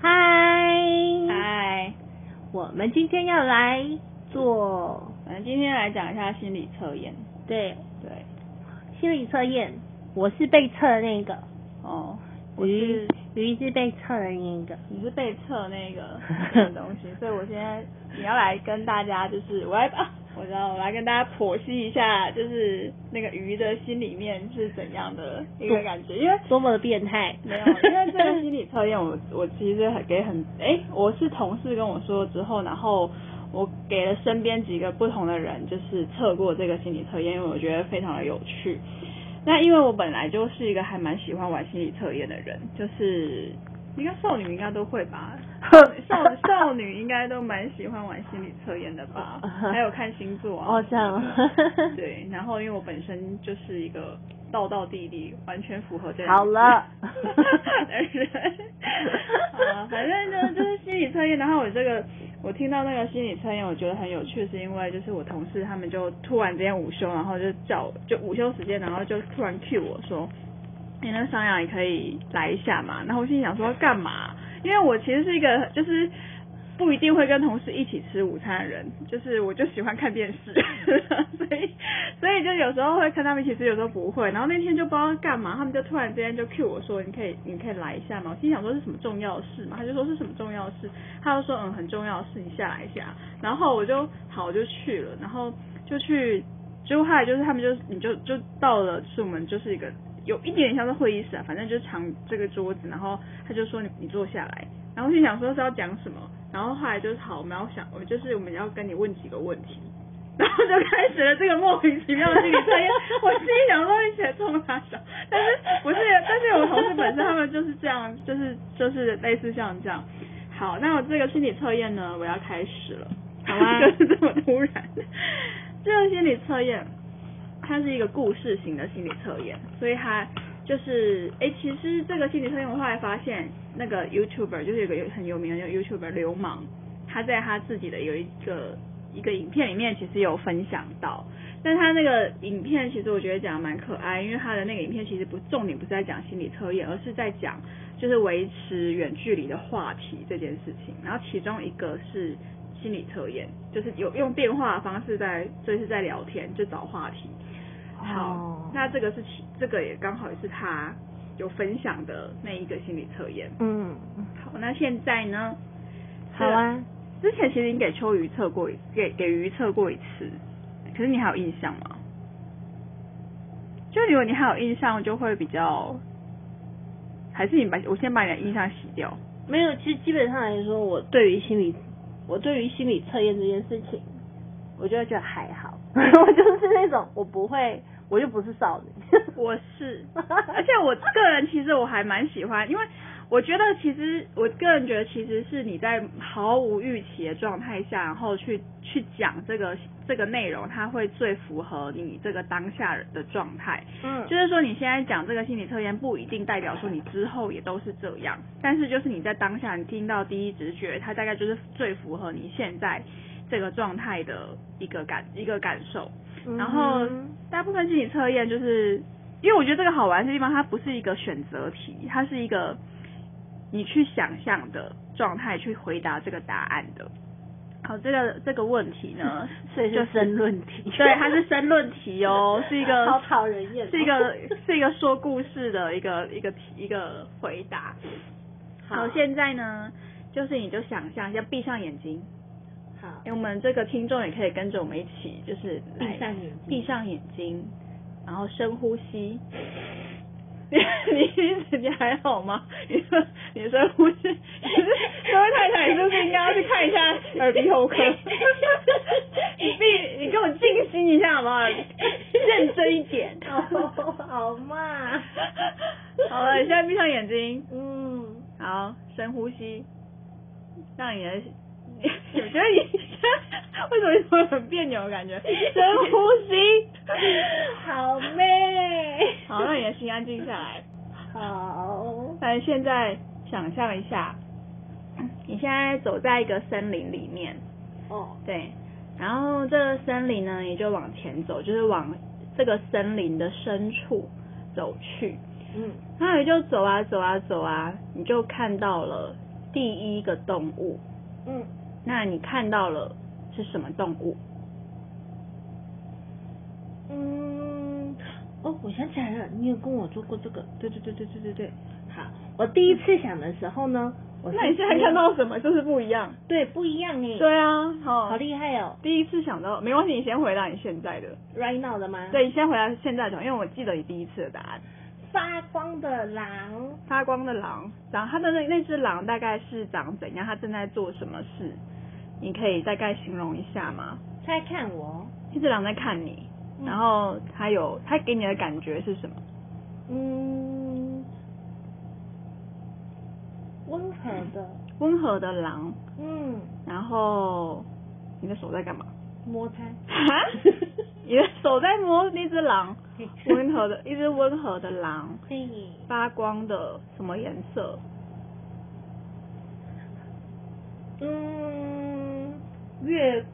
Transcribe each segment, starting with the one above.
嗨，嗨，我们今天要来做我们今天来讲一下心理测验。对对，心理测验，我是被测的那个，哦，我鱼是鱼是被测的那个，你是被测那 个那个东西，所以我现在你要来跟大家就是我来啊，我知道我来跟大家剖析一下，就是那个鱼的心里面是怎样的一个感觉，因为。多么的变态！ 没有，因为这个心理测验我，我其实很给很，哎，我是同事跟我说之后，然后我给了身边几个不同的人，就是测过这个心理测验，因为我觉得非常的有趣。那因为我本来就是一个还蛮喜欢玩心理测验的人，就是应该少女应该都会吧， 少少女应该都蛮喜欢玩心理测验的吧，还有看星座啊。哦，这样，对，然后因为我本身就是一个道道地地，完全符合这好 了的人。啊，反正呢就是心理测验。然后我这个，我听到那个心理测验，我觉得很有趣，是因为就是我同事他们就突然之间午休，然后就叫我就午休时间，然后就突然 cue 我说，你、那个商阳也可以来一下嘛。然后我心里想说干嘛？因为我其实是一个就是。不一定会跟同事一起吃午餐的人，就是我就喜欢看电视， 所以所以就有时候会跟他们一起吃，有时候不会。然后那天就不知道干嘛，他们就突然之间就 cue 我说，你可以你可以来一下嘛。我心想说是什么重要的事嘛，他就说是什么重要的事，他就说嗯很重要的事，你下来一下。然后我就好我就去了，然后就去，结果后来就是他们就你就就到了，就是我们就是一个有一点点像是会议室啊，反正就是长这个桌子，然后他就说你你坐下来，然后我心想说是要讲什么，然后后来就是好，我们要想，我就是我们要跟你问几个问题， 然后就开始了这个莫名其妙的心理测验。我心里想说一起冲他笑， 但是不是？但是我同事本身他们就是这样，就是就是类似像这样。好，那我这个心理测验呢，我要开始了，好啊就是这么突然。这个心理测验，它是一个故事型的心理测验，所以它就是，哎、其实这个心理测验我后来发现，那个 YouTuber 就是有个有很有名的 YouTuber 流氓，他在他自己的有一个一个影片里面其实有分享到，但他那个影片其实我觉得讲得蛮可爱，因为他的那个影片其实不重点不是在讲心理测验，而是在讲就是维持远距离的话题这件事情，然后其中一个是心理测验，就是有用电话的方式在就是在聊天，就找话题。好，哦那这个是其这个也刚好也是他有分享的那一个心理测验。嗯，好，那现在呢？好啊，之前其实已经给秋鱼测过一，给给鱼测过一次，可是你还有印象吗？就如果你还有印象，就会比较，还是你把我先把你的印象洗掉。没有，其实基本上来说，我对于心理，我对于心理测验这件事情，我就会觉得还 好，我就是那种我不会，我就不是少女，我是， 而且我个人其实我还蛮喜欢，因为我觉得其实我个人觉得其实是你在毫无预期的状态下，然后去去讲这个这个内容，它会最符合你这个当下的状态。嗯，就是说你现在讲这个心理测验，不一定代表说你之后也都是这样，但是就是你在当下你听到第一直觉，它大概就是最符合你现在这个状态的一个感一个感受。嗯然后大部分心理测验就是，因为我觉得这个好玩的地方，它不是一个选择题，它是一个你去想象的状态去回答这个答案的。好，这个这个问题 呢 所以就是申论题，对，它是申论题 哦，是一 个好讨人厌哦，是一个是一个说故事的一个一个题一个回答。好，现在呢，就是你就想象一下，闭上眼睛，好 因为我们这个听众也可以跟着我们一起，就是来闭上眼睛闭上眼睛，然后深呼吸。 你你你还好吗？你说你深呼吸，这位太太，你是不是应该要去看一下耳 鼻喉科？你闭，你给我静心一下好不好？认真一 点。好好嘛， 好了，你现在闭上眼睛，嗯，好，深呼吸。让你的， 我觉得你为什么有种很别扭的感觉？深呼吸，好妹，好，让你的心安静下来。好，但是现在想象一下，你现在走在一个森林里面，哦，对，然后这个森林呢，你就往前走，就是往这个森林的深处走去。嗯，然后你就走啊走啊走啊，你就看到了第一个动物。嗯，那你看到了是什么动物？嗯，哦，我想起来了，你有跟我做过这个，对对对对对对对。好，我第一次想的时候呢，我是那你现在看到什么？就是不一样。对不一样诶，对啊，好好厉害哦第一次想到，没关系，你先回答你现在的。 ，right now 的吗？，对，你先回答现在的，因为我记得你第一次的答案。发光的狼，发光的狼，然后它的那那只狼大概是长怎样？它正在做什么事？你可以大概形容一下吗？嗯它在看我，那只狼在看你，然后它有它给你的感觉是什么？嗯，温和的，温和的狼，嗯，然后你的手在干嘛？摩 擦，哈，你的手在摸那只狼， 温和的，一只温和的狼，对，发光的什么颜色？嗯，月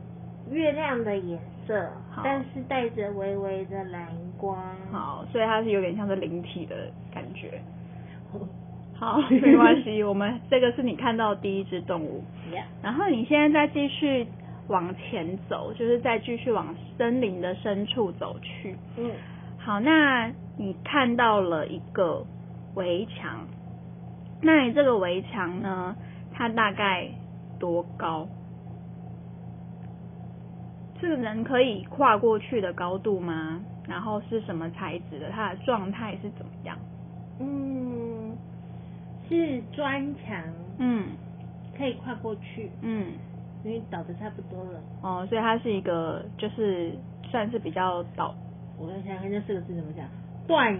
月亮的颜色好，但是带着微微的蓝光。好，所以它是有点像是灵体的感觉。好，没关系，我们这个是你看到的第一只动物， Yeah，然后你现在再继续往前走，就是再继续往森林的深处走去。嗯，好，那你看到了一个围墙，那你这个围墙呢，它大概多高？是人可以跨过去的高度吗？然后是什么材质的？它的状态是怎么样？嗯，是砖墙，嗯可以跨过去，嗯，因为倒的差不多了。哦，所以它是一个就是算是比较倒我想想看这四个字怎么讲，断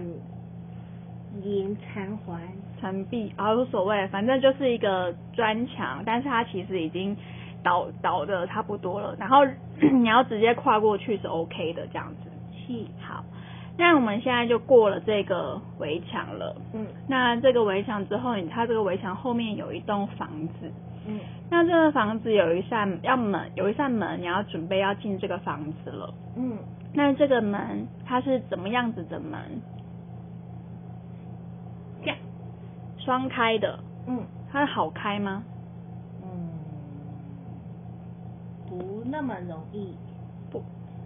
银残环。残壁啊，无所谓，反正就是一个砖墙，但是它其实已经倒倒的差不多了，然后 你要直接跨过去是 OK 的这样子。是，好，那我们现在就过了这个围墙了。嗯那这个围墙之后，你它这个围墙后面有一栋房子，嗯那这个房子有一扇要门，有一扇门，你要准备要进这个房子了。嗯，那这个门它是怎么样子的门？这样，双开的，嗯它好开吗？嗯，不那么容易，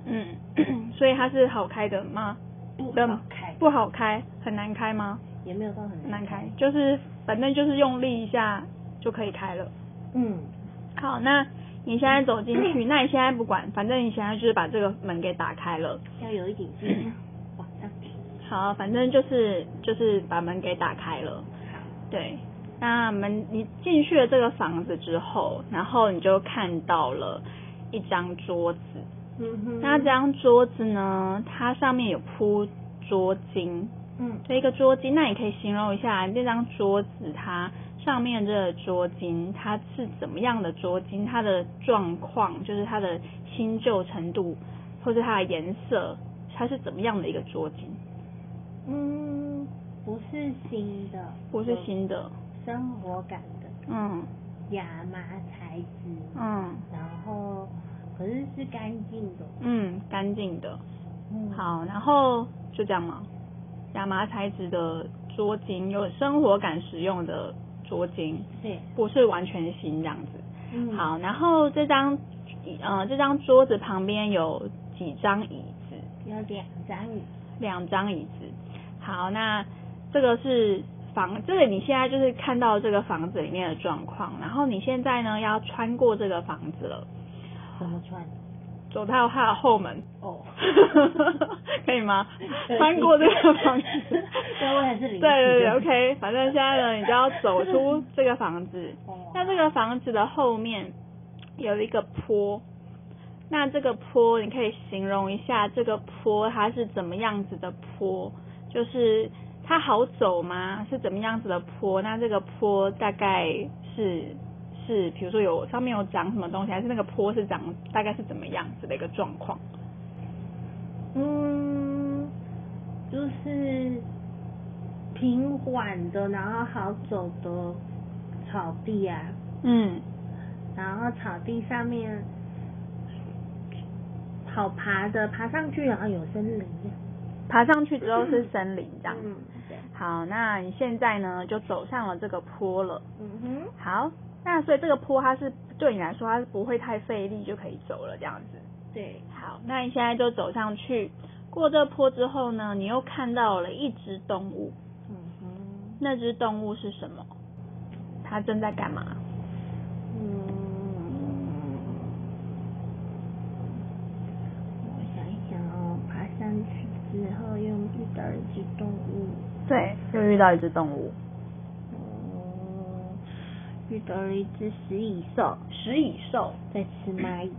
嗯， 所以它是好开的吗？不的好开，不好开，很难开吗？也没有到很很难开，就是反正就是用力一下就可以开了。嗯，好，那你现在走进去，那你现在不管，反正你现在就是把这个门给打开了。要有一点技巧，往上。好，反正就是就是把门给打开了。对，那门你进去了这个房子之后，然后你就看到了一张桌子。嗯哼那这，张桌子呢，它上面有铺桌巾，嗯这一个桌巾，那你可以形容一下这张桌子它上面这个桌巾，它是怎么样的桌巾？它的状况，就是它的新旧程度，或是它的颜色，它是怎么样的一个桌巾？嗯，不是新的，不嗯是，新的，生活感的嗯亚麻材质，嗯然后可是是干净的，嗯，干净的。嗯，好，然后就这样嘛。亚麻材质的桌巾，有生活感使用的桌巾，对，不是完全新这样子。嗯，好，然后这张呃这张桌子旁边有几张椅子，有两张椅，两张椅子。好，那这个是房，这个你现在就是看到这个房子里面的状况，然后你现在呢要穿过这个房子了，怎么穿？走到它的后门， 哦可以吗可？以，穿过这个房子对我也是理解对对对，OK，反正现在呢，你就要走出这个房子，哦那这个房子的后面有一个坡，那这个坡你可以形容一下这个坡它是怎么样子的坡，就是它好走吗？是怎么样子的坡？那这个坡大概是是比如说有上面有长什么东西，还是那个坡是长大概是怎么样子的一个状况？嗯，就是平缓的，然后好走的草地啊，嗯，然后草地上面好爬的，爬上去然后有森林。爬上去之后是森林这样。嗯，对，好，那你现在呢就走上了这个坡了。嗯哼，好，那所以这个坡它是对你来说它是不会太费力就可以走了这样子。对，好，那你现在就走上去，过这坡之后呢，你又看到了一只动物，嗯哼，那只动物是什么？它正在干嘛？嗯，我想一想哦，爬上去之后又遇到一只动物，对，又遇到一只动物，嗯，遇到了一只食蚁兽食蚁兽，在吃蚂蚁，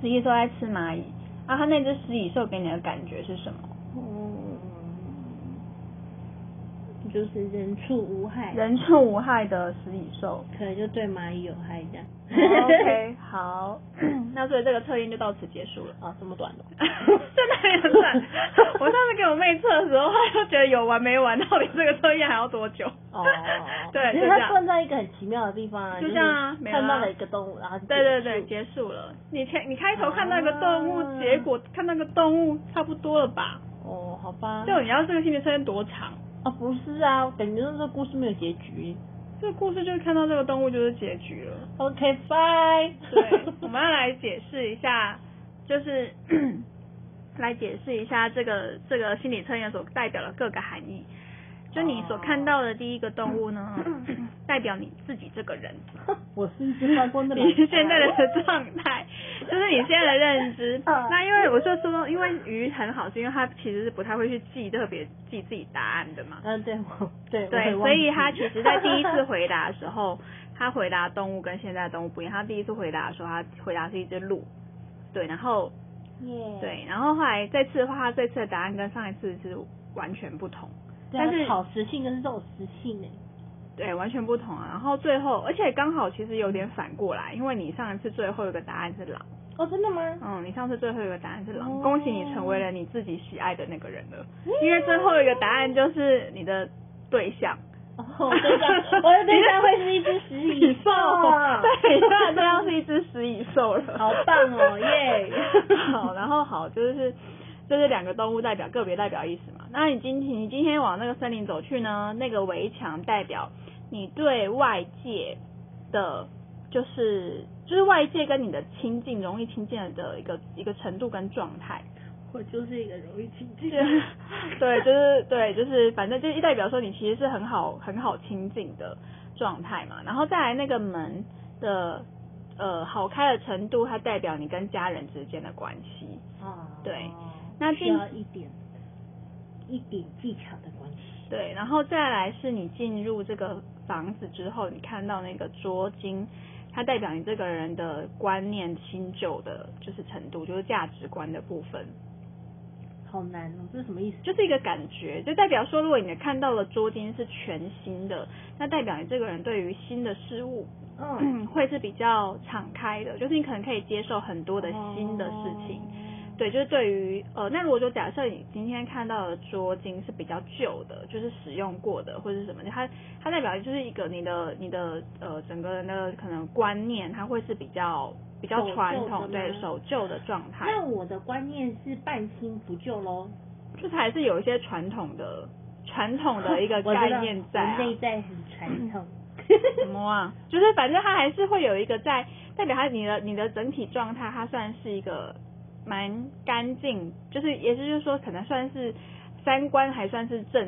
食蚁兽在吃蚂蚁。啊，它那只食蚁兽给你的感觉是什么？嗯，就是人畜无害，人畜无害的食蚁 兽。可能就对蚂蚁有害这样。哦 OK，好， 那所以这个测验就到此结束了。，啊，这么短的 真的很短。我上次给我妹测的时候，她就觉得有完没完，到底这个测验还要多久？哦， 对，因为就这它样。困在一个很奇妙的地方啊，就这像啊样没了啊看到了一个动物，然后就对对对，结束，结束了。你前你开头看到一个动物，结果看到一个动物差不多了吧？哦，好吧，就你要这个心理测验多长？啊，不是啊，感觉这个故事没有结局。这个故事就是看到这个动物就是结局了。 OK，拜。对，我们要来解释一下，就是 来解释一下这个这个心理测验所代表的各个含义。就你所看到的第一个动 物呢，代表你自己这个人， 我是一只翻过 的老你现在的状态，就是你现在的认知。 嗯那因为我就说，因为鱼很好，是因为它其实是不太会去记特别记自己答案的嘛。嗯，对，我对我对，也忘所以记他其实在第一次回答的时候，他回答动物跟现在的动物不一样。他第一次回答的时候，他回答是一只鹿，对，然后 耶，对，然后后来这次的话，他这次的答案跟上一次是完全不同，对啊，但是草食性跟肉食性诶，对，完全不同啊。然后最后，而且刚好其实有点反过来，因为你上一次最后一个答案是狼，哦，真的吗？嗯，你上次最后一个答案是狼，哦恭喜你成为了你自己喜爱的那个人了，哦因为最后一个答案就是你的对象。哦，我对象，我的对象会是一只食蚁兽 啊，对，现在对象是一只食蚁兽了， 好棒哦耶 好，然后好，就是就是两个动物代表个别代表意思嘛。那你今天你今天往那个森林走去呢，那个围墙代表你对外界的，就是就是外界跟你的亲近，容易亲近的一个一个程度跟状态。 我就是一个容易亲近的人对， 对，就是对，就是反正就是代表说你其实是很好很好亲近的状态嘛。然后再来那个门的呃好开的程度，它代表你跟家人之间的关系。啊，对那需进要一点一点技巧的关系，对，然后再来是你进入这个房子之后，你看到那个桌巾，它代表你这个人的观念新旧的，就是程度，就是价值观的部分。好难哦，这是什么意思？就是一个感觉，就代表说，如果你看到了桌巾是全新的，那代表你这个人对于新的事物、嗯，会是比较敞开的，就是你可能可以接受很多的新的事情。哦对，就是对于呃，那如果说假设你今天看到的桌巾是比较旧的，就是使用过的或者是什么，它它代表就是一个你的你的呃整个人的可能观念，它会是比较比较守旧传的统，对吗守旧的状态。那我的观念是半新不旧喽。就是还是有一些传统的传 统的一个我知道概念在、啊我。内在嗯很传统。什么啊？就是反正它还是会有一个在代表它你的你的整体状态，它算是一个蛮干净，就是也是就是说可能算是三观还算是正，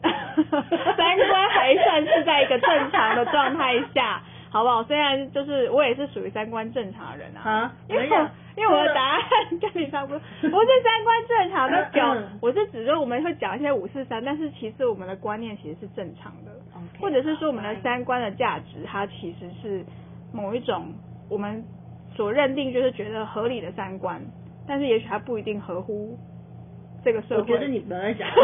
三观还算是在一个正常的状态下，好不好？虽然就是我也是属于三观正常的人啊，啊，因为怎么我样因为我的答案 跟你差 不多，不是三观正常的嗯表，我是指说我们会讲一些五四三，但是其实我们的观念其实是正常的， OK，或者是说我们的三观的价值，它其实是某一种我们所认定就是觉得合理的三观，但是也许它不一定合乎这个社会。我觉得你不要再 讲，我觉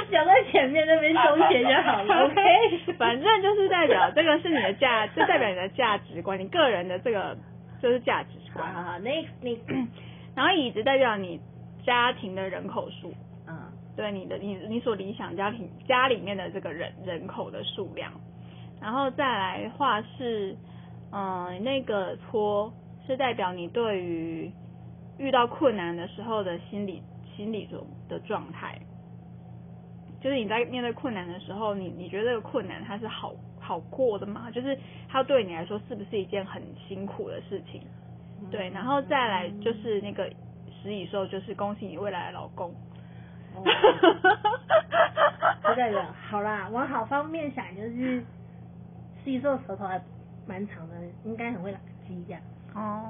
得讲在前面那边休息就好了。OK，反正就是代表这个是你的价，这代表你的价值观，你个人的这个就是价值好好观。好，next next，然后椅子代表你家庭的人口数，嗯，对你的你你所理想家庭家里面的这个人人口的数量，然后再来的话是，嗯、那个坡是代表你对于遇到困难的时候的心理心理的的状态，就是你在面对困难的时候，你你觉得这个困难它是好好过的吗？就是它对你来说是不是一件很辛苦的事情？嗯对，然后再来就是那个食蚁兽，就是恭喜你未来的老公。哦就代表好啦，往好方面想就是，细瘦舌头还蛮长的，应该很会打鸡这样。 哦，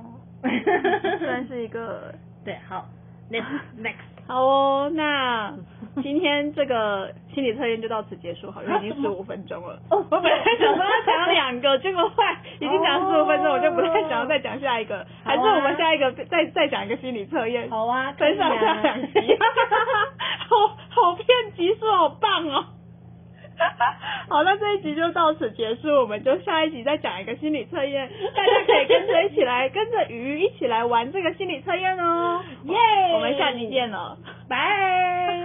算是一个对，好，next next，好哦。那今天这个心理测验就到此结束，好，因为已经十五分钟了。 哦我本来想说要讲两个，结果后来已经讲十五分钟，哦我就不太想要再讲下一 个，还啊是我们下一个再再讲一个心理测验，好啊，可分以上下啊两集， 好好骗集数，好棒哦。好，那这一集就到此结束，我们就下一集再讲一个心理测验，大家可以跟着一起来，跟着鱼一起来玩这个心理测验哦。耶我们下集见了，拜。